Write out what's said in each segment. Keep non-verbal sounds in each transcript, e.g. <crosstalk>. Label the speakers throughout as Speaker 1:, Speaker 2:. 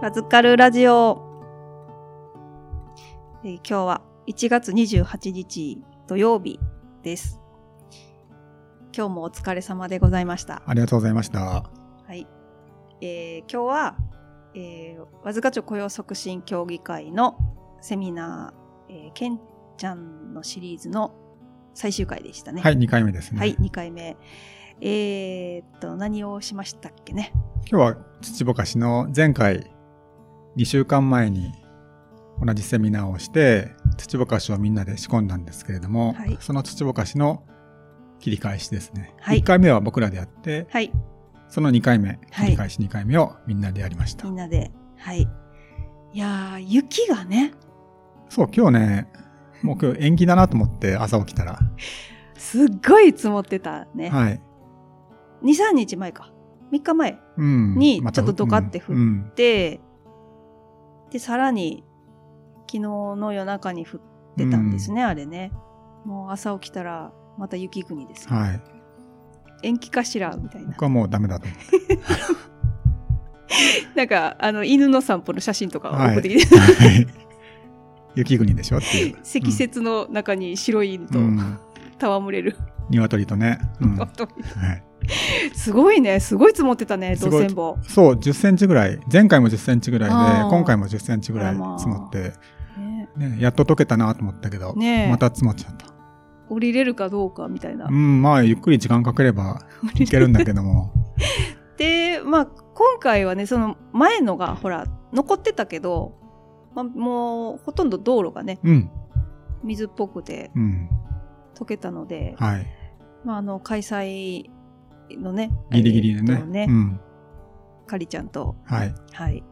Speaker 1: ラズカルラジオ。えー今日は1月28日土曜日です。今日もお疲れ様でございました。
Speaker 2: ありがとうございました。
Speaker 1: はい。えー今日は、えー、わずか町雇用促進協議会のセミナー、えーけんちゃんのシリーズの最終回でしたね。
Speaker 2: はい、2回目ですね。
Speaker 1: はい、2回目。えーっと、何をしましたっけね。
Speaker 2: 今日は土ぼかしの前回、2週間前に同じセミナーをして、土ぼかしをみんなで仕込んだんですけれども、
Speaker 1: はい
Speaker 2: その土ぼかしの切り返しですね。
Speaker 1: はい
Speaker 2: 1回目は僕らでやって、
Speaker 1: はい、
Speaker 2: その2回目、
Speaker 1: はい
Speaker 2: 切り返し2回目をみんなでやりました。
Speaker 1: みんなで。はい。いやー、雪がね、
Speaker 2: そう、今日ね、もう今日延期だなと思って朝起きたら、
Speaker 1: すっごい積もってたね。
Speaker 2: はい。
Speaker 1: 2、3日前か。3日前
Speaker 2: うん。
Speaker 1: に
Speaker 2: ま
Speaker 1: ち
Speaker 2: た
Speaker 1: ょっとドカって降っ
Speaker 2: うんうん
Speaker 1: で、で、さらに、昨日の夜中に降ってたんですね、あれね。もう朝起きたら、また雪国ですよ。
Speaker 2: はい。
Speaker 1: 延期かしらみたいな
Speaker 2: 僕。はもうダメだ
Speaker 1: <laughs>
Speaker 2: と思って。
Speaker 1: なんか、あの、犬の散歩の写真とか送ってきて、
Speaker 2: はい雪国でしょっていう。
Speaker 1: 積雪の中に白い犬と
Speaker 2: うんうん
Speaker 1: 戯れる、
Speaker 2: 鶏
Speaker 1: <laughs>
Speaker 2: とね、うんはい、
Speaker 1: すごいね、すごい積もってたね、
Speaker 2: す
Speaker 1: 道
Speaker 2: ごい
Speaker 1: 線棒。
Speaker 2: そう10センチぐらい前回も10センチぐらい
Speaker 1: あ
Speaker 2: で
Speaker 1: ー
Speaker 2: 今回も10センチぐらい
Speaker 1: あらまあ
Speaker 2: 積もって、
Speaker 1: ね、
Speaker 2: ね、やっと溶けたなと思ったけど、
Speaker 1: ねえ
Speaker 2: また積もっちゃった
Speaker 1: 降りれるかどうかみたいな
Speaker 2: う。んまあゆっくり時間かければいけるんだけど
Speaker 1: <laughs>
Speaker 2: も
Speaker 1: で、まあ、今回はね、その前のが、ほら、残ってたけど、まあ、もう、ほとんど道路がね、
Speaker 2: うん
Speaker 1: 水っぽくて
Speaker 2: うん
Speaker 1: 溶けたので、
Speaker 2: はい
Speaker 1: まあ、あの開催のね
Speaker 2: ギリギリで
Speaker 1: え
Speaker 2: ね
Speaker 1: っとね
Speaker 2: うん
Speaker 1: かりちゃんと、
Speaker 2: はい
Speaker 1: はい、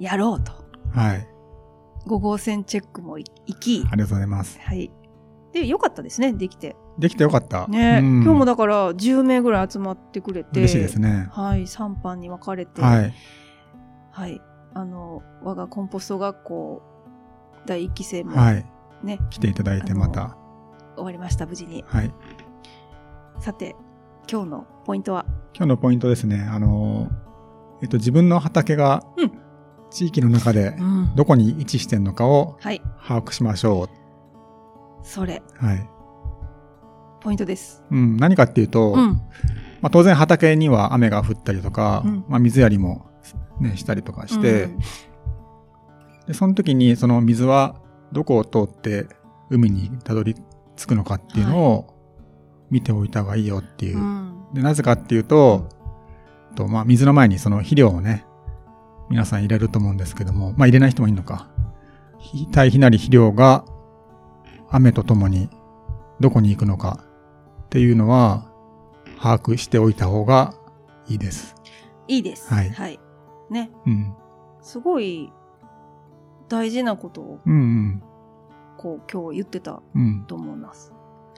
Speaker 1: やろうと
Speaker 2: はい
Speaker 1: 5号線チェックもい行き、
Speaker 2: ありがとうございます
Speaker 1: はい、でよかったですねできて
Speaker 2: できてよかった
Speaker 1: ね、
Speaker 2: うん
Speaker 1: 今日もだから10名ぐらい集まってくれて
Speaker 2: 嬉しいですね
Speaker 1: はい、3班に分かれて、
Speaker 2: はいい
Speaker 1: あの我がコンポスト学校第1期生も、
Speaker 2: はい
Speaker 1: ね
Speaker 2: 来ていただいて
Speaker 1: あの
Speaker 2: また
Speaker 1: 終わりました無事に
Speaker 2: はい
Speaker 1: さて今日のポイントは
Speaker 2: 今日のポイントですねあのえっと自分の畑が
Speaker 1: うん
Speaker 2: 地域の中でどこに位置してんのかを
Speaker 1: はい
Speaker 2: 把握しましょ
Speaker 1: それ
Speaker 2: う。はい。
Speaker 1: ポイントです
Speaker 2: うん、何かっていうと、
Speaker 1: うん
Speaker 2: まあ、当然畑には雨が降ったりとか、
Speaker 1: うん
Speaker 2: まあ、水やりも、ね、したりとかして、
Speaker 1: うん
Speaker 2: でその時にその水はどこを通って海にたどり着くのかっていうのを見ておいた方がいいよっていう。
Speaker 1: うん
Speaker 2: でなぜかっていうと、とまあ、水の前にその肥料をね、皆さん入れると思うんですけども、まあ、入れない人もいるのか。ひ対比なり肥料が雨とともにどこに行くのかっていうのは把握しておいた方がいいです。
Speaker 1: いいです。
Speaker 2: はい
Speaker 1: ね、
Speaker 2: うん。
Speaker 1: すごい大事なことを
Speaker 2: うん
Speaker 1: こう今日言ってた
Speaker 2: うん。うん。
Speaker 1: と思います。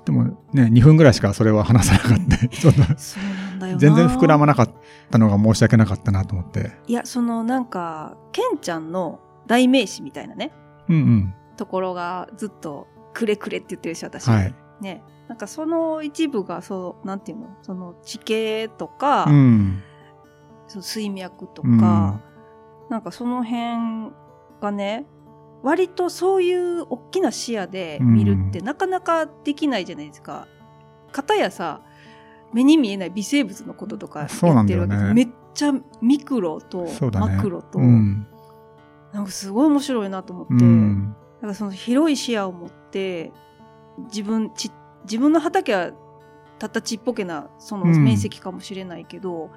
Speaker 2: でもね、2分ぐらいしかそれは話さなかった。 <laughs> そんな
Speaker 1: そうなんだよな。
Speaker 2: 全然膨らまなかったのが申し訳なかったなと思って。
Speaker 1: いや、そのなんか、ケンちゃんの代名詞みたいなね、
Speaker 2: うんうん。
Speaker 1: ところがずっとくれくれって言ってるでしょ、私。
Speaker 2: はい。
Speaker 1: ね。なんかその一部が、そう、なんていうのその地形とか、
Speaker 2: うん。
Speaker 1: その水脈と
Speaker 2: うん
Speaker 1: か、なんかその辺がね、割とそういう大きな視野で見るって
Speaker 2: う
Speaker 1: なかなかできないじゃないですか。かたやさ、目に見えない微生物のこととか
Speaker 2: そう
Speaker 1: 言
Speaker 2: な
Speaker 1: っ
Speaker 2: んだ
Speaker 1: てる
Speaker 2: よ
Speaker 1: わけ
Speaker 2: ね
Speaker 1: です、めっちゃミクロと
Speaker 2: そうだね
Speaker 1: マクロと、
Speaker 2: うん。
Speaker 1: なんかすごい面白いなと思って、
Speaker 2: う
Speaker 1: なん
Speaker 2: ん。
Speaker 1: かその広い視野を持って、自分ち、自分の畑はたったちっぽけなその
Speaker 2: うん
Speaker 1: 面積かもしれないけど、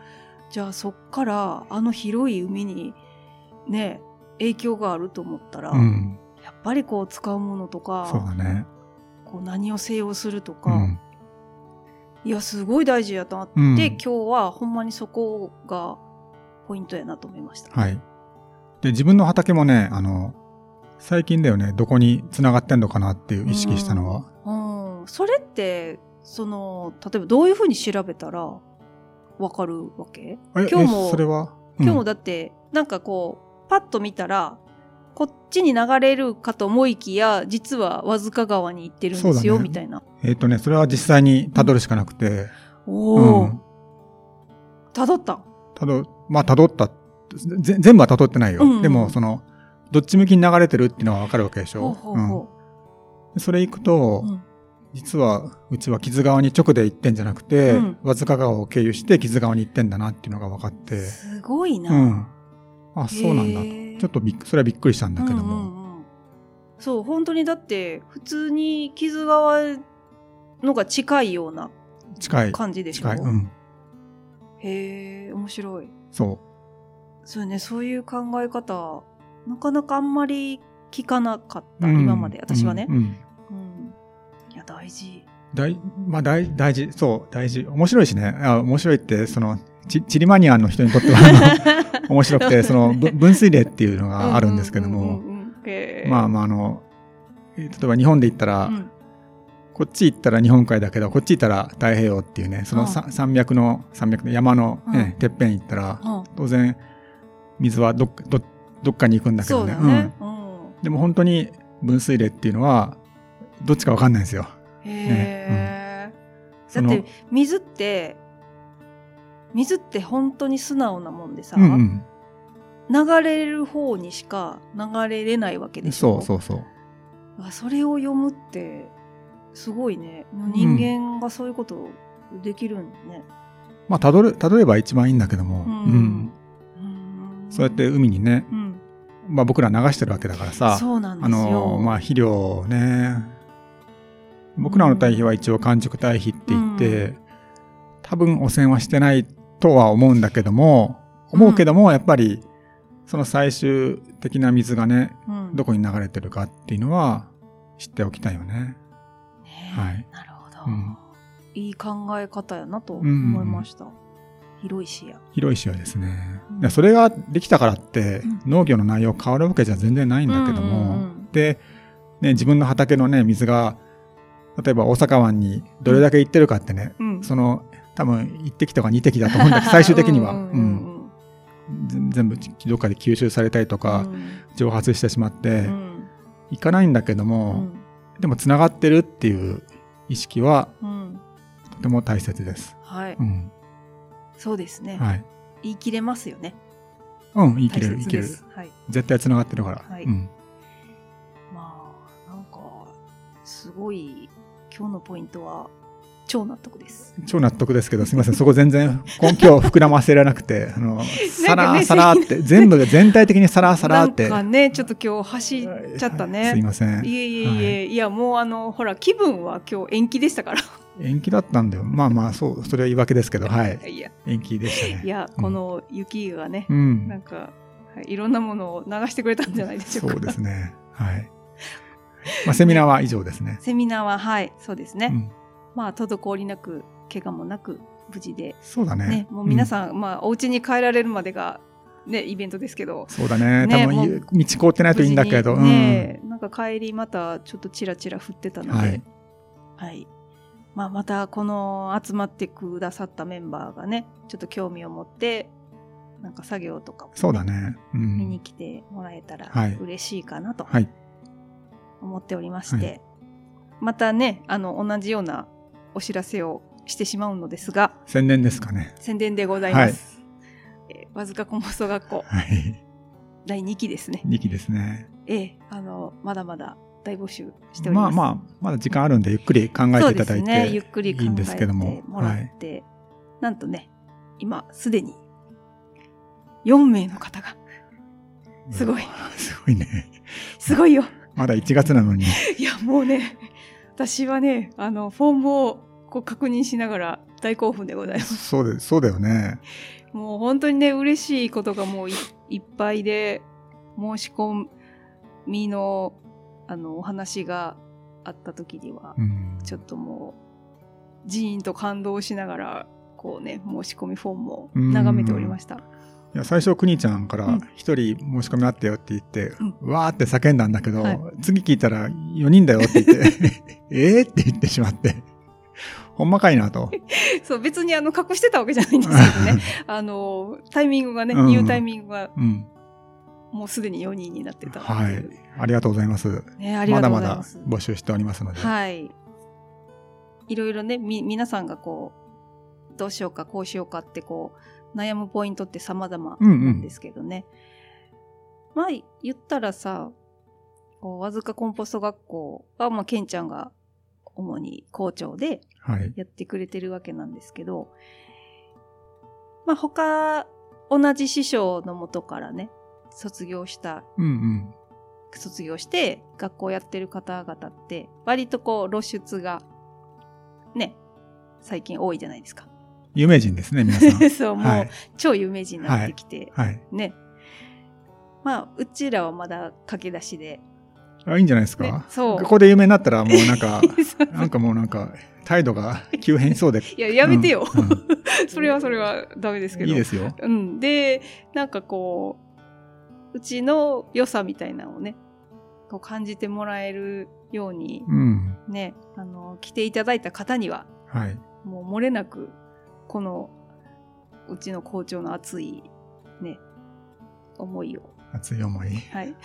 Speaker 1: じゃあそっからあの広い海にね、影響があると思ったら、
Speaker 2: うん。
Speaker 1: やっぱりこう使うものと
Speaker 2: そうだ
Speaker 1: か、
Speaker 2: ね。
Speaker 1: こう何を制用すると
Speaker 2: う
Speaker 1: か、
Speaker 2: ん。
Speaker 1: いや、すごい大事やとなって、
Speaker 2: うん
Speaker 1: 今日はほんまにそこがポイントやなと思いました。
Speaker 2: はい。で、自分の畑もね、あの、最近だよね、どこに繋がってんのかなっていう意識したのは、
Speaker 1: うん、それって、その、例えばどういうふうに調べたらわかるわけ
Speaker 2: え
Speaker 1: 今日も
Speaker 2: えそれは、うん
Speaker 1: 今日もだって、なんかこう、パッと見たら、こっちに流れるかと思いきや、実は和塚川に行ってるんですよ、
Speaker 2: そうだね
Speaker 1: みたいな。
Speaker 2: えっ、とね、それは実際に辿るしかなくて、
Speaker 1: お
Speaker 2: う
Speaker 1: お、
Speaker 2: ん。
Speaker 1: たどったん
Speaker 2: たど、まあ、辿ったっぜ全部はたどってないよ、
Speaker 1: うんうん
Speaker 2: でもそのどっち向きに流れてるっていうのは分かるわけでし
Speaker 1: ほう
Speaker 2: ょ
Speaker 1: ほうほ
Speaker 2: うんそれ行くと、
Speaker 1: う。うん
Speaker 2: 実はうちは木津川に直で行ってんじゃなくて、
Speaker 1: うん
Speaker 2: 和塚川を経由して木津川に行ってんだなっていうのが分かって
Speaker 1: すごいうな。
Speaker 2: んあそうなんだとちょっ
Speaker 1: と
Speaker 2: とびっくそれはびっくりしたんだけども、
Speaker 1: そう、本当にだって、普通に木津川のが近いような
Speaker 2: 近い
Speaker 1: 感じでしょ
Speaker 2: 近い、うん、
Speaker 1: へえ、面白い。
Speaker 2: そ
Speaker 1: そうね、そういう考え方、なかなかあんまり聞かなかった、
Speaker 2: う、うん
Speaker 1: 今まで、私はね
Speaker 2: う。んう
Speaker 1: う
Speaker 2: ん
Speaker 1: ん。いや、大事。
Speaker 2: 大まあ、大大事そう大事面白いしねあ面白いってそのち地理マニアの人にとってはあ
Speaker 1: <laughs>
Speaker 2: の面白くてそのぶ分水嶺っていうのがあるんですけど
Speaker 1: うん
Speaker 2: も
Speaker 1: うんうんうん。へー
Speaker 2: まあまああのえー例えば日本で言ったら、
Speaker 1: うん
Speaker 2: こっち行ったら日本海だけどこっち行ったら太平洋っていうねそのさ山脈の山脈の山の、ねてっぺん行ったら
Speaker 1: うん
Speaker 2: 当然水はどっかどどっかに行くんだけ
Speaker 1: そ
Speaker 2: ど
Speaker 1: う
Speaker 2: ね
Speaker 1: だね。うん
Speaker 2: うんでも本当に分水嶺っていうのはどっちかわかんないんですよ。
Speaker 1: へえ、
Speaker 2: その
Speaker 1: だって水って水って本当に素直なもんでさ、
Speaker 2: うんうん
Speaker 1: 流れる方にしか流れれないわけでし
Speaker 2: そ
Speaker 1: ょ
Speaker 2: うそうそう。
Speaker 1: あそれを読むってすごいね人間がそういうことできるんだね、
Speaker 2: まあ、たどる、たどれば一番いいんだけども、うん
Speaker 1: うん
Speaker 2: そうやって、海にね、
Speaker 1: うん、
Speaker 2: まあ僕ら流してるわけだからさ、
Speaker 1: そうなんで
Speaker 2: あ
Speaker 1: すよ、
Speaker 2: の、まあ肥料をね、僕らの堆肥は一応完熟堆肥って言って、多分汚染はしてないとは思うんだけども、思うけども、やっぱり、その最終的な水がね、
Speaker 1: うん
Speaker 2: どこに流れてるかっていうのは知っておきたいよね。
Speaker 1: ね
Speaker 2: はい
Speaker 1: なるほど、
Speaker 2: うん
Speaker 1: いい考え方やなと思いました、広い視野
Speaker 2: 広い視野ですね
Speaker 1: うん。
Speaker 2: でそれができたからって、
Speaker 1: う
Speaker 2: 農業の内容変わるわけじゃ全然ないんだけども、
Speaker 1: うんうんうん
Speaker 2: で、ね、自分の畑のね、水が、例えば大阪湾にどれだけ行ってるかってね、
Speaker 1: うん
Speaker 2: その、多分1滴とか2滴だと思うんだ
Speaker 1: <laughs>
Speaker 2: けど、最終的には、
Speaker 1: うんうん
Speaker 2: うんぜ全部どっかで吸収されたりと
Speaker 1: うんう
Speaker 2: か、
Speaker 1: ん
Speaker 2: 蒸発してしまって、
Speaker 1: う
Speaker 2: 行
Speaker 1: ん
Speaker 2: いかないんだけど
Speaker 1: う
Speaker 2: も、
Speaker 1: ん
Speaker 2: でも繋がってるっていう意識は
Speaker 1: うん
Speaker 2: とても大切です。
Speaker 1: はい、
Speaker 2: うん。
Speaker 1: そうですね、
Speaker 2: はい。
Speaker 1: 言い切れますよね。
Speaker 2: うん、言い切れる、言
Speaker 1: 大
Speaker 2: い
Speaker 1: 切
Speaker 2: 切れ
Speaker 1: で
Speaker 2: る。
Speaker 1: す。はい。
Speaker 2: 絶対繋がってるから。
Speaker 1: はい
Speaker 2: うん。
Speaker 1: まあ、なんか、すごい、今日のポイントは、超納得です。
Speaker 2: 超納得ですけど、すみません、そこ全然根拠を膨らませられな
Speaker 1: <laughs>
Speaker 2: くて、あの、さらーさらーって、全部が全体的にさらーさらーっ
Speaker 1: <laughs> な
Speaker 2: て。
Speaker 1: んかね、ちょっと今日走っちゃった
Speaker 2: はい
Speaker 1: ね。
Speaker 2: すい
Speaker 1: い
Speaker 2: ません。
Speaker 1: えいえいえ、い、や、もうあの、ほら、気分は今日延期でしたから。
Speaker 2: 延期だったんだよ。まあまあ、そう、それは言い訳ですけど、はい。
Speaker 1: いや、
Speaker 2: 延期でしたね。
Speaker 1: いや、この雪がね
Speaker 2: う、
Speaker 1: なん
Speaker 2: ん。
Speaker 1: か、はい、いろんなものを流してくれたんじゃないでしょうか。
Speaker 2: そうですね。はい。まあ、セミナーは以上ですね。
Speaker 1: セミナーは、はい、そうですね。
Speaker 2: うん。
Speaker 1: まあ、滞りなく、怪我もなく、無事で
Speaker 2: そうだね。
Speaker 1: ね、もう皆さん、まあ、お家に帰られるまでが、ね、イベントですけど
Speaker 2: う。ん。そうだね。
Speaker 1: ね
Speaker 2: 多
Speaker 1: もう
Speaker 2: 分、道凍ってないといいんだけど、
Speaker 1: 無
Speaker 2: う
Speaker 1: 事に
Speaker 2: ん。
Speaker 1: ね、なんか帰りまたちょっとチラチラ降ってたので、は
Speaker 2: はいい。
Speaker 1: まあ、またこの集まってくださったメンバーがねちょっと興味を持ってなんか作業とかもね、
Speaker 2: そうだね。う
Speaker 1: 見に
Speaker 2: ん。
Speaker 1: 来てもらえたら
Speaker 2: はい
Speaker 1: 嬉しいかなと
Speaker 2: はい。
Speaker 1: 思っておりまして、
Speaker 2: は
Speaker 1: またねあの同じようなお知らせをしてしまうのですが
Speaker 2: 宣伝ですかね。
Speaker 1: 宣伝でございます。えーわずかこもそ学校
Speaker 2: はい。
Speaker 1: 第2期ですね。
Speaker 2: 2期ですね。
Speaker 1: ええ、あの、まだまだ大募集しておりま
Speaker 2: まあ
Speaker 1: す。
Speaker 2: まあ、まだ時間あるんで、ゆっくり考えていただい
Speaker 1: そ
Speaker 2: て。
Speaker 1: うですね。ゆっくり考
Speaker 2: いいん
Speaker 1: え
Speaker 2: です
Speaker 1: て
Speaker 2: けども
Speaker 1: もらって、なんとね、今、すでに、4名の方
Speaker 2: <laughs>
Speaker 1: が、すごい。
Speaker 2: すごいね。
Speaker 1: すごいよ。
Speaker 2: まだ1月
Speaker 1: <laughs>
Speaker 2: なのに。
Speaker 1: いや、もうね、私はね、あの、フォームをこう確認しながら大興奮でございます。
Speaker 2: そうで、そうだよね。
Speaker 1: もう本当にね、嬉しいことがもういいっぱいで、申し込みの、あの、お話があった時には、
Speaker 2: うん。
Speaker 1: ちょっともう、ジーンと感動しながら、こうね、申し込みフォームを眺めておりました。 <laughs>
Speaker 2: いや、最初、くにちゃんか
Speaker 1: うん
Speaker 2: ら、一人申し込みあったよって言って、
Speaker 1: うん
Speaker 2: わーって叫んだんだけど、
Speaker 1: はい
Speaker 2: 次聞いたら、4人だよって言
Speaker 1: <laughs>
Speaker 2: って、えーって言ってしまって、ほんまかいなと。
Speaker 1: そう、別にあの、隠してたわけじゃないんですけどね。 <laughs> あの、タイミングがね、
Speaker 2: うん
Speaker 1: 言うタイミングが
Speaker 2: <laughs> うん。
Speaker 1: もうすでに4人になってたって
Speaker 2: は
Speaker 1: いう
Speaker 2: い。ありがとうございます。
Speaker 1: ね、あり
Speaker 2: ま
Speaker 1: がと
Speaker 2: だ
Speaker 1: うご
Speaker 2: ま
Speaker 1: ざい
Speaker 2: だ
Speaker 1: ます。
Speaker 2: 募集しておりますので。
Speaker 1: はい。いろいろね、み、皆さんがこう、どうしようか、こうしようかってこう、悩むポイントって様々
Speaker 2: うんう
Speaker 1: なん
Speaker 2: ん
Speaker 1: で。すけどね。まあ、言ったらさ、こう、わずかコンポスト学校は、まあ、ケンちゃんが主に校長で
Speaker 2: はい。
Speaker 1: やってくれてるわけなんですけど、まあ、他、同じ師匠のもとからね、卒業した、
Speaker 2: うんうん。
Speaker 1: 卒業して学校やってる方々って、割とこう、露出が、ね、最近多いじゃないですか。 <laughs>
Speaker 2: 有名人ですね、皆さん。
Speaker 1: そう、もう、
Speaker 2: はい。
Speaker 1: 超有名人になってきて、
Speaker 2: はい。
Speaker 1: ね。まあ、うちらはまだ駆け出しで。
Speaker 2: あ、いいんじゃないですか。
Speaker 1: ね、そう
Speaker 2: こ。こで有名になったらもうなんか、
Speaker 1: <laughs> そう
Speaker 2: なんかもうなんか、態度が <laughs> 急変しそうで。
Speaker 1: い <laughs> や、やめてよ。
Speaker 2: うんうん
Speaker 1: <laughs> それはそれはダメですけど。
Speaker 2: いいですよ。
Speaker 1: うん。で、なんかこう、うちの良さみたいなのをね、こう感じてもらえるように
Speaker 2: うん。
Speaker 1: ね、あの、来ていただいた方には、
Speaker 2: はい。
Speaker 1: もう漏れなく、この、うちの校長の熱い、ね、思いを。
Speaker 2: 熱い思い。
Speaker 1: はい。 <laughs>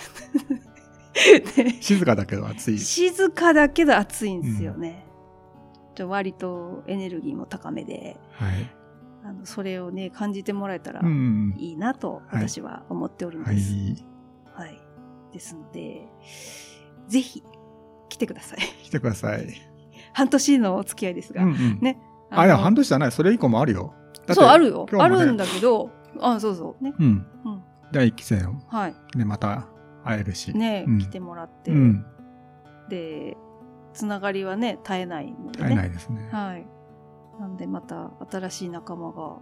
Speaker 1: ね
Speaker 2: 静かだけど熱い。
Speaker 1: 静かだけど熱いんですよね。ちょ割とエネルギーも高めで
Speaker 2: はい。
Speaker 1: あのそれをね感じてもらえたら
Speaker 2: うんうん。
Speaker 1: いいなと
Speaker 2: はい
Speaker 1: 私は思っております。
Speaker 2: は。
Speaker 1: はいい、ですのでぜひ来てください。 <laughs>
Speaker 2: 来てください。
Speaker 1: 半年のお付き合いです
Speaker 2: う
Speaker 1: が。
Speaker 2: んうん。
Speaker 1: ね
Speaker 2: あ、いや、半
Speaker 1: 年
Speaker 2: 年じゃない。それ以降もあるよ。だって
Speaker 1: そうあるよ、
Speaker 2: 今
Speaker 1: あ
Speaker 2: 日もね
Speaker 1: るんだけどあそうそうね
Speaker 2: うん
Speaker 1: うん。
Speaker 2: 第一期生を
Speaker 1: はい
Speaker 2: ね、また会えるし。
Speaker 1: ね、
Speaker 2: うん
Speaker 1: 来てもらって、
Speaker 2: うん。
Speaker 1: でつながりはね絶えないのでね。
Speaker 2: 会えないですね。
Speaker 1: はい。なんでまた新しい仲間が、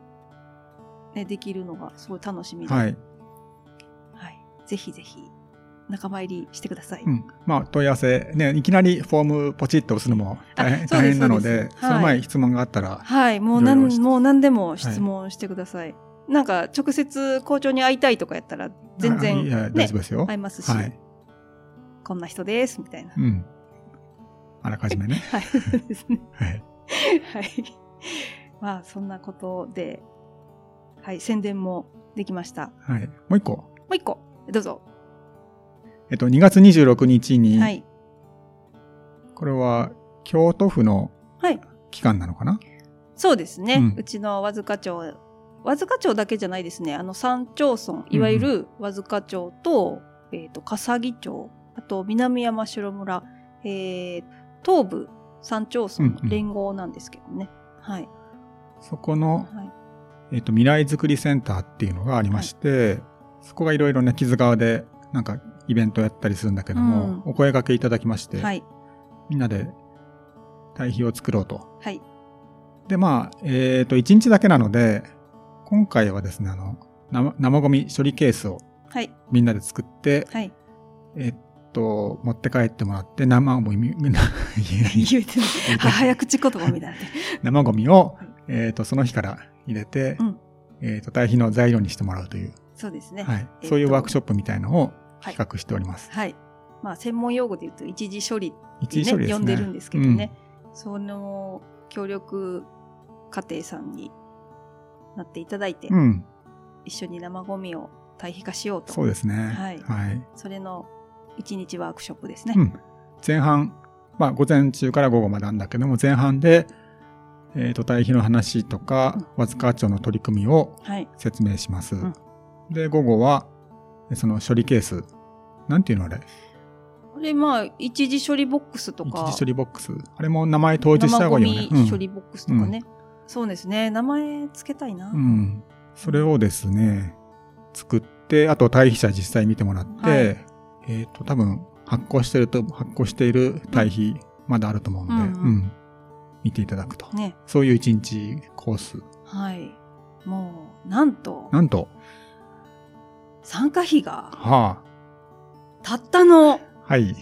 Speaker 1: ね、できるのがすごい楽しみで、
Speaker 2: はい。
Speaker 1: はいぜひぜひ仲間入りしてください。
Speaker 2: うん、まあ問い合わせ、ね、いきなりフォームポチッと押すのも大変
Speaker 1: あそう
Speaker 2: 大
Speaker 1: です
Speaker 2: 変なので
Speaker 1: そう
Speaker 2: そ
Speaker 1: ですはい
Speaker 2: の前に質問があったら、
Speaker 1: はい。もうなん
Speaker 2: いろいろし
Speaker 1: もう何でも質問してください。なんか直接校長に会いたいとかやったら全
Speaker 2: あい
Speaker 1: 然、
Speaker 2: や大
Speaker 1: ね
Speaker 2: 丈夫、ですよ。
Speaker 1: 会えますし、
Speaker 2: はい、
Speaker 1: こんな人ですみたいな。
Speaker 2: うん、あらかじめね、
Speaker 1: はい。そうですね。
Speaker 2: はい、
Speaker 1: はい。 <laughs> まあそんなことで、はい。宣伝もできました。も
Speaker 2: はい、もう一個、
Speaker 1: う一個、どうぞ。
Speaker 2: えっと、2月26日に、
Speaker 1: はい。
Speaker 2: これは京都府の
Speaker 1: はい。
Speaker 2: 期間なのかな、
Speaker 1: そうですね、う
Speaker 2: う
Speaker 1: んちの和塚町和塚町だけじゃないですねあの三町村いわゆる和塚町と,、えー、と笠城町あと南山城村、えー東部三町村の連合なんですけどね、はい、
Speaker 2: そこの、
Speaker 1: はい、
Speaker 2: えっと、未来づくりセンターっていうのがありまして、そこがいろいろね木津川でなんかイベントをやったりするんだけども、お声掛けいただきまして、
Speaker 1: はい
Speaker 2: みんなで対比を作ろうと。
Speaker 1: はい
Speaker 2: で、まあ、えっ、と、1日だけなので、今回はですね、あの、生生ゴミ処理ケースを
Speaker 1: はい
Speaker 2: みんなで作って、
Speaker 1: はい
Speaker 2: えっと、持って帰ってもらって、生ゴミ、言
Speaker 1: <laughs>
Speaker 2: えな
Speaker 1: 言
Speaker 2: い
Speaker 1: うてない
Speaker 2: 言うてない
Speaker 1: あ早口言葉みたいになって
Speaker 2: 生ゴミを
Speaker 1: は、
Speaker 2: えっと、その日から入れて、
Speaker 1: うん
Speaker 2: えっと、堆肥の材料にしてもらうという、
Speaker 1: そうですね
Speaker 2: はい
Speaker 1: えっと
Speaker 2: そういうワークショップみたいのを
Speaker 1: はい
Speaker 2: 企画しております。
Speaker 1: はいまあ専門用語で言うと一時処理
Speaker 2: 一時
Speaker 1: ね
Speaker 2: 処理ですね。
Speaker 1: 呼んでるんですけどね、その協力家庭さんになっていただいて、
Speaker 2: うん。うん。
Speaker 1: 一緒に生ゴミを堆肥化しようと
Speaker 2: そうですね。
Speaker 1: はい
Speaker 2: はい
Speaker 1: それの一日ワークショップですね、
Speaker 2: うん、前半、まあ、午前中から午後までなんだけども前半で、えー、と対比の話とか和塚町の取り組みを
Speaker 1: はい
Speaker 2: 説明します、
Speaker 1: ん
Speaker 2: で午後はその処理ケースなんていうのあれ
Speaker 1: これまあ一時処理ボックスとか
Speaker 2: 一時処理ボックスあれも名前統一した方がいいよね
Speaker 1: 生ゴミ処理ボックスとかね、そうですね名前つけたいな、
Speaker 2: うん、うんそれをですね作ってあと対比者実際見てもらって、
Speaker 1: はい
Speaker 2: えっ、と多分発行してると発行している対比、まだあると思うんで、
Speaker 1: うんうん
Speaker 2: うん見ていただくと、
Speaker 1: ね
Speaker 2: そういう一日コース
Speaker 1: はいもうなんと
Speaker 2: なんと、
Speaker 1: 参加費が
Speaker 2: は
Speaker 1: たったの
Speaker 2: あ、はい、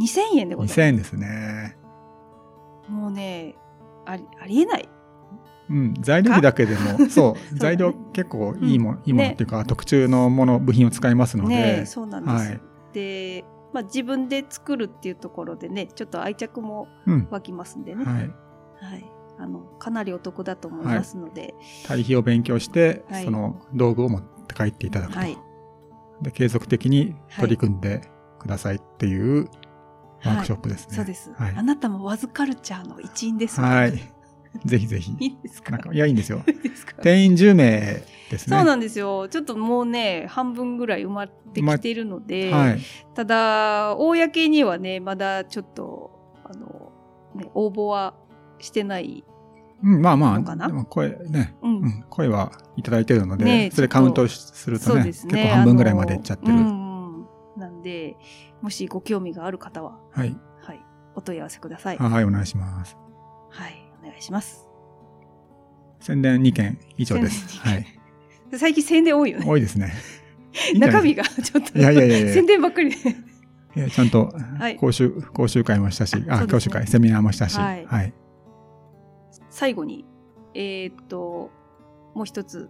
Speaker 1: 2000円でございます
Speaker 2: 2000円ですね。
Speaker 1: もうねありありえない
Speaker 2: うん、材料費だけで
Speaker 1: <laughs>
Speaker 2: も、そう、
Speaker 1: ね
Speaker 2: 材料結構いいもの、
Speaker 1: うん
Speaker 2: いいものっていうか、特注のもの、部品を使いますので、
Speaker 1: ねえそうなんです、
Speaker 2: はい
Speaker 1: で、まあ、自分で作るっていうところでねちょっと愛着も
Speaker 2: うん、
Speaker 1: 湧きますんでね、はい
Speaker 2: はい、
Speaker 1: あのかなりお得だと思いますので、
Speaker 2: 対比を勉強して、
Speaker 1: はい
Speaker 2: その道具を持って帰っていただくと、
Speaker 1: はい
Speaker 2: で、継続的に取り組んでくださいっていうワークショップですね。
Speaker 1: そうです、
Speaker 2: はい
Speaker 1: あなたもワズカルチャーの一員です
Speaker 2: はいい、ぜひぜひ、
Speaker 1: <laughs> いですか
Speaker 2: なんか、いや、いいんですよ。
Speaker 1: いいですか
Speaker 2: 定員10名ですね。
Speaker 1: そうなんですよ。ちょっともうね、半分ぐらい埋まってきているので、
Speaker 2: はい。
Speaker 1: ただ、公にはね、まだちょっと、あの、ね、応募はしてない。
Speaker 2: うん、まあま
Speaker 1: のか
Speaker 2: あ、
Speaker 1: な
Speaker 2: でも声ね、
Speaker 1: う。
Speaker 2: うんん、声はいただいてるので、
Speaker 1: ねえ
Speaker 2: それカウントすると
Speaker 1: そう
Speaker 2: ね
Speaker 1: ですね。
Speaker 2: 結構半分ぐらいまでいっちゃってる。
Speaker 1: あのうんうんなんで、もしご興味がある方は、
Speaker 2: はい。
Speaker 1: はい、お問い合わせください。
Speaker 2: はい、お願いします。
Speaker 1: はい、お願いします。
Speaker 2: 宣伝2件以上です。
Speaker 1: 宣
Speaker 2: はい。
Speaker 1: 最近宣伝多いよね。
Speaker 2: 多いですね。いいんじゃな
Speaker 1: 中
Speaker 2: い
Speaker 1: 身
Speaker 2: で
Speaker 1: が <laughs> ちょっと
Speaker 2: いやいやいやいや
Speaker 1: 宣伝ばっかりで。
Speaker 2: すかいやちゃんと
Speaker 1: い
Speaker 2: 講習、講習会もしたし、
Speaker 1: そ
Speaker 2: あ、
Speaker 1: うですね
Speaker 2: 教習会、セミナーもしたし、
Speaker 1: はい
Speaker 2: はい。
Speaker 1: 最後に、えーっと、もう一つ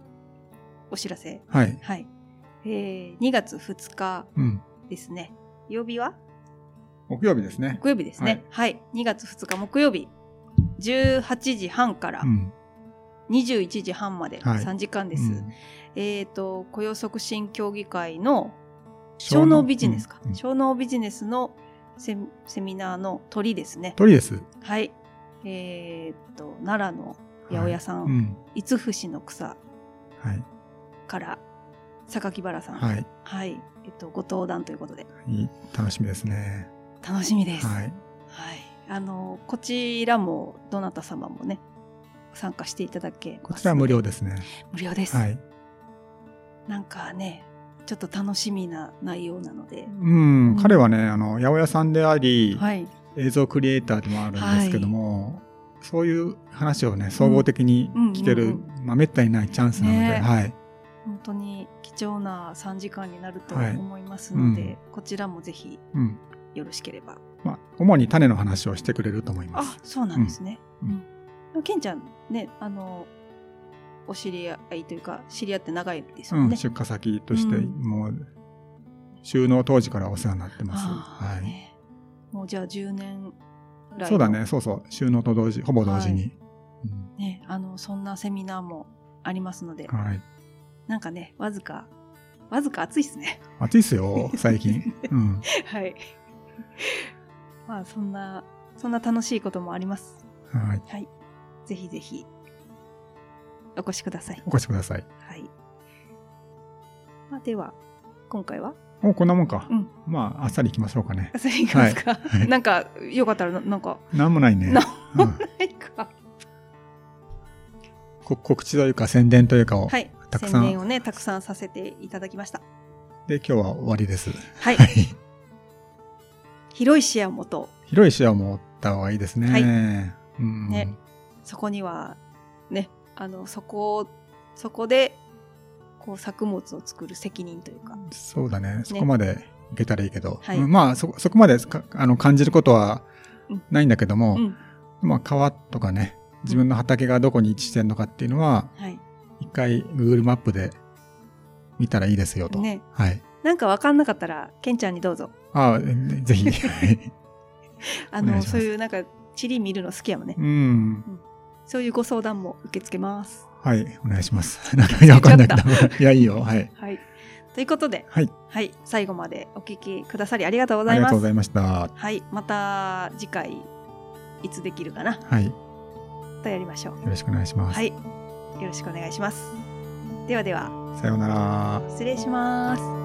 Speaker 1: お知らせ。
Speaker 2: はい。
Speaker 1: はい。えー、2月2日
Speaker 2: うん。
Speaker 1: ですね。曜日は
Speaker 2: 木曜日ですね。
Speaker 1: 木曜日ですね。はい、2月2日木曜日、18時半から
Speaker 2: うん。
Speaker 1: 21時半まで
Speaker 2: はい
Speaker 1: 3時間で
Speaker 2: う
Speaker 1: す。
Speaker 2: ん
Speaker 1: えっ、と、雇用促進協議会の小脳ビジネスか。
Speaker 2: うんうん
Speaker 1: 小脳ビジネスのセミセミナーの鳥ですね。
Speaker 2: 鳥です。
Speaker 1: はい。えっ、と、奈良の八百屋さん、
Speaker 2: うん。
Speaker 1: 五伏の草
Speaker 2: はい。
Speaker 1: から、榊原さん。はい。
Speaker 2: はい。
Speaker 1: えっ、と、ご登壇ということで、
Speaker 2: いい楽しみですね。
Speaker 1: 楽しみです。は。
Speaker 2: はいい。
Speaker 1: あの、こちらも、どなた様もね、参加していただけます
Speaker 2: こちらは無料ですね。
Speaker 1: 無料です。
Speaker 2: はい。
Speaker 1: なんかね、ちょっと楽しみな内容なので。
Speaker 2: うん、
Speaker 1: ん
Speaker 2: 彼はね、あの、八百屋さんであり、
Speaker 1: はい。
Speaker 2: 映像クリエイターでもあるんですけども、そういう話をね、総合的に聞ける、
Speaker 1: うんうん
Speaker 2: まあ、めったにないチャンスなので、
Speaker 1: ね
Speaker 2: はい。
Speaker 1: 本当に貴重な3時間になると
Speaker 2: はい
Speaker 1: 思いますので、
Speaker 2: うん
Speaker 1: こちらもぜひ
Speaker 2: うん。
Speaker 1: よろしければ。
Speaker 2: まあ、主に種の話をしてくれると思いま
Speaker 1: あ
Speaker 2: す。、
Speaker 1: そうなんですね。
Speaker 2: う
Speaker 1: うんん。でもケンちゃんね、あの、お知り合いというか、知り合って長いです
Speaker 2: う
Speaker 1: よ
Speaker 2: ん、
Speaker 1: ね。
Speaker 2: 出荷先として、
Speaker 1: うん
Speaker 2: もう、収納当時からお世話になってます。
Speaker 1: あ
Speaker 2: は
Speaker 1: ー
Speaker 2: い、
Speaker 1: ねもうじゃあ10年来の
Speaker 2: そうだね、そうそう、収納と同時、ほぼ同時に。
Speaker 1: ね、あの、そんなセミナーもありますので
Speaker 2: う、んはい。
Speaker 1: なんかね、わずか、わずか暑いですね。 <laughs>
Speaker 2: 暑いっすよ、最近。うん。
Speaker 1: はい。まあ、そんな、そんな楽しいこともあります。
Speaker 2: はい。
Speaker 1: はい。ぜひぜひ、お越しください。
Speaker 2: お越しください。
Speaker 1: はい。まあ、では、今回は、
Speaker 2: もうこんなもんか。
Speaker 1: うん
Speaker 2: まあ、あっさり行きましょうかね。
Speaker 1: それいきますか、
Speaker 2: い
Speaker 1: なんか、よかったらな、なんか、
Speaker 2: なんもないね。
Speaker 1: な
Speaker 2: うん
Speaker 1: ないか。
Speaker 2: こ告知というか宣伝というかを、
Speaker 1: はい。
Speaker 2: たくさ
Speaker 1: 宣
Speaker 2: ん
Speaker 1: 伝をね、たくさんさせていただきました。
Speaker 2: で、今日は終わりです。
Speaker 1: はい
Speaker 2: は。い。
Speaker 1: 広い視野を持と
Speaker 2: 広い視野を持った方がいいですね。
Speaker 1: はい
Speaker 2: うん。
Speaker 1: ねう。そこには、ね、あの、そこを、そこで、こう、作物を作る責任というか、
Speaker 2: そうだね。そこまでいけたらいいけど。
Speaker 1: はい
Speaker 2: うんまあ、そ、そこまでかあの感じることは
Speaker 1: うん
Speaker 2: ないんだけども、
Speaker 1: うん。
Speaker 2: まあ、川とかね、自分の畑がどこに位置してるのかっていうのは、
Speaker 1: はい。
Speaker 2: 一回 Google マップで見たらいいですよと。
Speaker 1: ね
Speaker 2: はい。
Speaker 1: なんかわかんなかったら、ケンちゃんにどうぞ。
Speaker 2: ああ、
Speaker 1: <laughs>
Speaker 2: ぜひ。はい
Speaker 1: あ
Speaker 2: お願
Speaker 1: の、
Speaker 2: いします
Speaker 1: そういうなんか、地理見るの好きやもんね。
Speaker 2: うん。
Speaker 1: そういうご相談も受け付けます。
Speaker 2: はい。お願い
Speaker 1: <laughs>
Speaker 2: します。なんか、わかんないけど。いや、いいよ。はい。
Speaker 1: はい。ということで、
Speaker 2: はい。
Speaker 1: はい、最後までお聞きくださりありがとうご
Speaker 2: あ
Speaker 1: ざい
Speaker 2: りが
Speaker 1: ます。
Speaker 2: とうございました。
Speaker 1: はい、また次回、いつできるかな、
Speaker 2: はい。よ
Speaker 1: またやりましょう。
Speaker 2: ろしくお願いします。
Speaker 1: はい、よろしくお願いします。ではでは、
Speaker 2: さようなら。
Speaker 1: 失礼します。